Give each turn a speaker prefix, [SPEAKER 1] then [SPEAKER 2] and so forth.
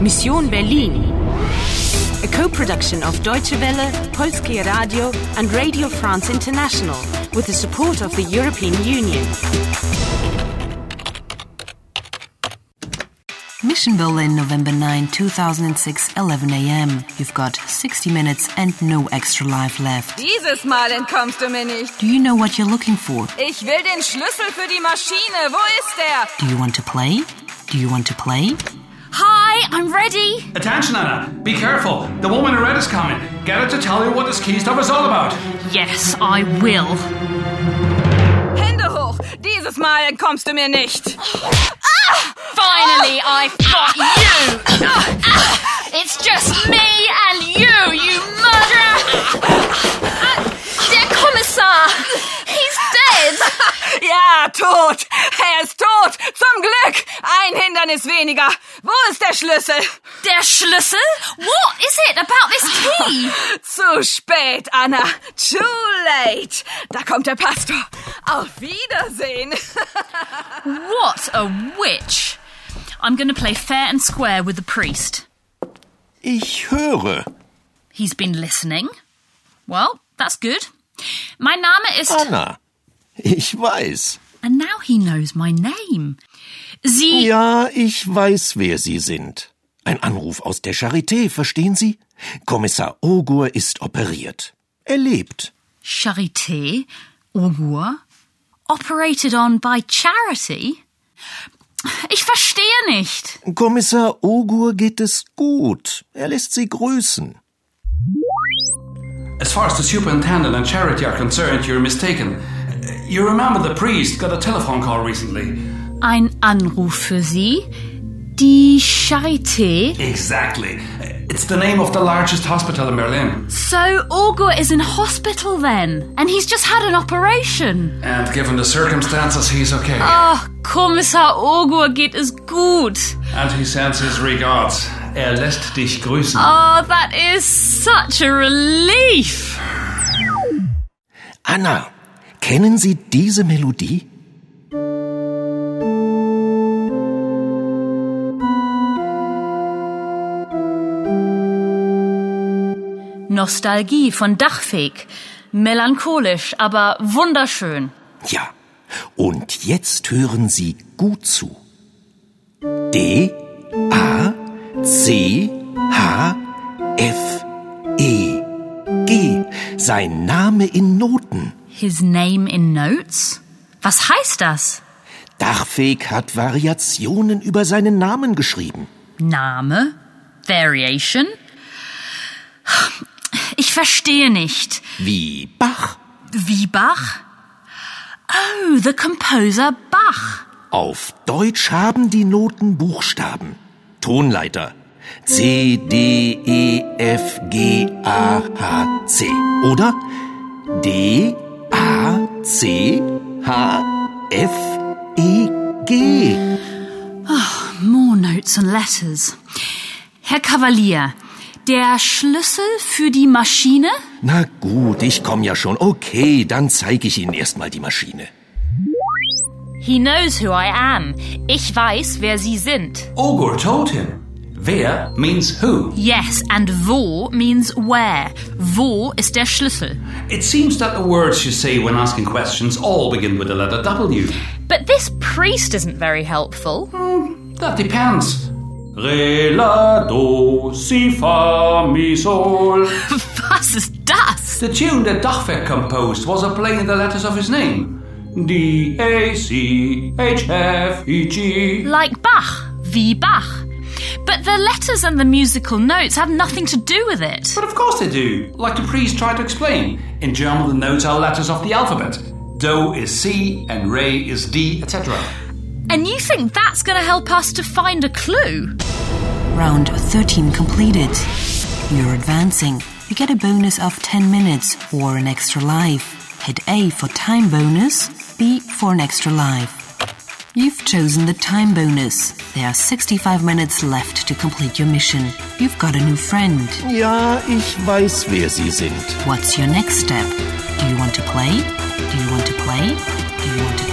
[SPEAKER 1] Mission Berlin. A co-production of Deutsche Welle, Polskie Radio and Radio France International with the support of the European Union.
[SPEAKER 2] Mission Berlin, November 9, 2006, 11 a.m. You've got 60 minutes and no extra life left.
[SPEAKER 3] Dieses Mal entkommst du mir nicht.
[SPEAKER 2] Do you know what you're looking for?
[SPEAKER 3] Ich will den Schlüssel für die Maschine. Wo ist der?
[SPEAKER 2] Do you want to play? Do you want to play?
[SPEAKER 4] Hi, I'm ready.
[SPEAKER 5] Attention, Anna. Be careful. The woman in red is coming. Get her to tell you what this key stuff is all about.
[SPEAKER 4] Yes, I will.
[SPEAKER 3] Hände hoch. Dieses Mal entkommst du mir nicht.
[SPEAKER 4] Finally, I got you. It's just me and you, you murderer. Der Kommissar, he's dead.
[SPEAKER 3] Ja, tot. Er ist tot. Zum Glück. Ein Hindernis weniger. Wo ist der Schlüssel?
[SPEAKER 4] Der Schlüssel? What is it about this key?
[SPEAKER 3] Zu spät, Anna. Too late. Da kommt der Pastor. Auf Wiedersehen.
[SPEAKER 4] What a witch. I'm going to play fair and square with the priest.
[SPEAKER 6] Ich höre.
[SPEAKER 4] He's been listening. Well, that's good. My Name ist.
[SPEAKER 6] Anna. Ich weiß.
[SPEAKER 4] And now he knows my name. Sie.
[SPEAKER 6] Ja, ich weiß, wer Sie sind. Ein Anruf aus der Charité, verstehen Sie? Kommissar Ogur ist operiert. Er lebt.
[SPEAKER 4] Charité, Ogur, operated on by charity? Ich verstehe nicht.
[SPEAKER 6] Kommissar Ogur geht es gut. Er lässt Sie grüßen.
[SPEAKER 5] As far as the superintendent and charity are concerned, you're mistaken. You remember the priest got a telephone call recently.
[SPEAKER 4] Ein Anruf für Sie. Die Charité.
[SPEAKER 5] Exactly. It's the name of the largest hospital in Berlin.
[SPEAKER 4] So Ogur is in hospital then, and he's just had an operation.
[SPEAKER 5] And given the circumstances, he's okay.
[SPEAKER 4] Oh, Kommissar Ogur geht es gut.
[SPEAKER 5] And he sends his regards. Er lässt dich grüßen.
[SPEAKER 4] Oh, that is such a relief.
[SPEAKER 6] Anna, kennen Sie diese Melodie?
[SPEAKER 4] Nostalgie von Dachfeg. Melancholisch, aber wunderschön.
[SPEAKER 6] Ja. Und jetzt hören Sie gut zu. D A C H F E G. Sein Name in Noten.
[SPEAKER 4] His name in notes? Was heißt das?
[SPEAKER 6] Dachfeg hat Variationen über seinen Namen geschrieben.
[SPEAKER 4] Name? Variation? Ich verstehe nicht.
[SPEAKER 6] Wie Bach.
[SPEAKER 4] Wie Bach? Oh, the composer Bach.
[SPEAKER 6] Auf Deutsch haben die Noten Buchstaben. Tonleiter. C, D, E, F, G, A, H, C. Oder? D, A, C, H, F, E, G.
[SPEAKER 4] More notes and letters. Herr Kavalier, der Schlüssel für die Maschine?
[SPEAKER 6] Na gut, ich komm ja schon. Okay, dann zeige ich Ihnen erstmal die Maschine.
[SPEAKER 4] He knows who I am. Ich weiß, wer Sie sind.
[SPEAKER 5] Ogur told him. Wer means who.
[SPEAKER 4] Yes, and wo means where. Wo ist der Schlüssel.
[SPEAKER 5] It seems that the words you say when asking questions all begin with the letter W.
[SPEAKER 4] But this priest isn't very helpful.
[SPEAKER 5] That depends. Re, la, do, si, fa, mi, sol.
[SPEAKER 4] Was ist das?
[SPEAKER 5] The tune that Dachweg composed was a play in the letters of his name. D, A, C, H, F, E, G.
[SPEAKER 4] Like Bach, wie Bach. But the letters and the musical notes have nothing to do with it.
[SPEAKER 5] But of course they do, like the priest tried to explain. In German, the notes are letters of the alphabet. Do is C and Re is D, etc.
[SPEAKER 4] And you think that's going to help us to find a clue?
[SPEAKER 2] Round 13 completed. You're advancing. You get a bonus of 10 minutes or an extra life. Hit A for time bonus, B for an extra life. You've chosen the time bonus. There are 65 minutes left to complete your mission. You've got a new friend.
[SPEAKER 6] Ja, ich weiß, wer Sie sind.
[SPEAKER 2] What's your next step? Do you want to play? Do you want to play? Do you want to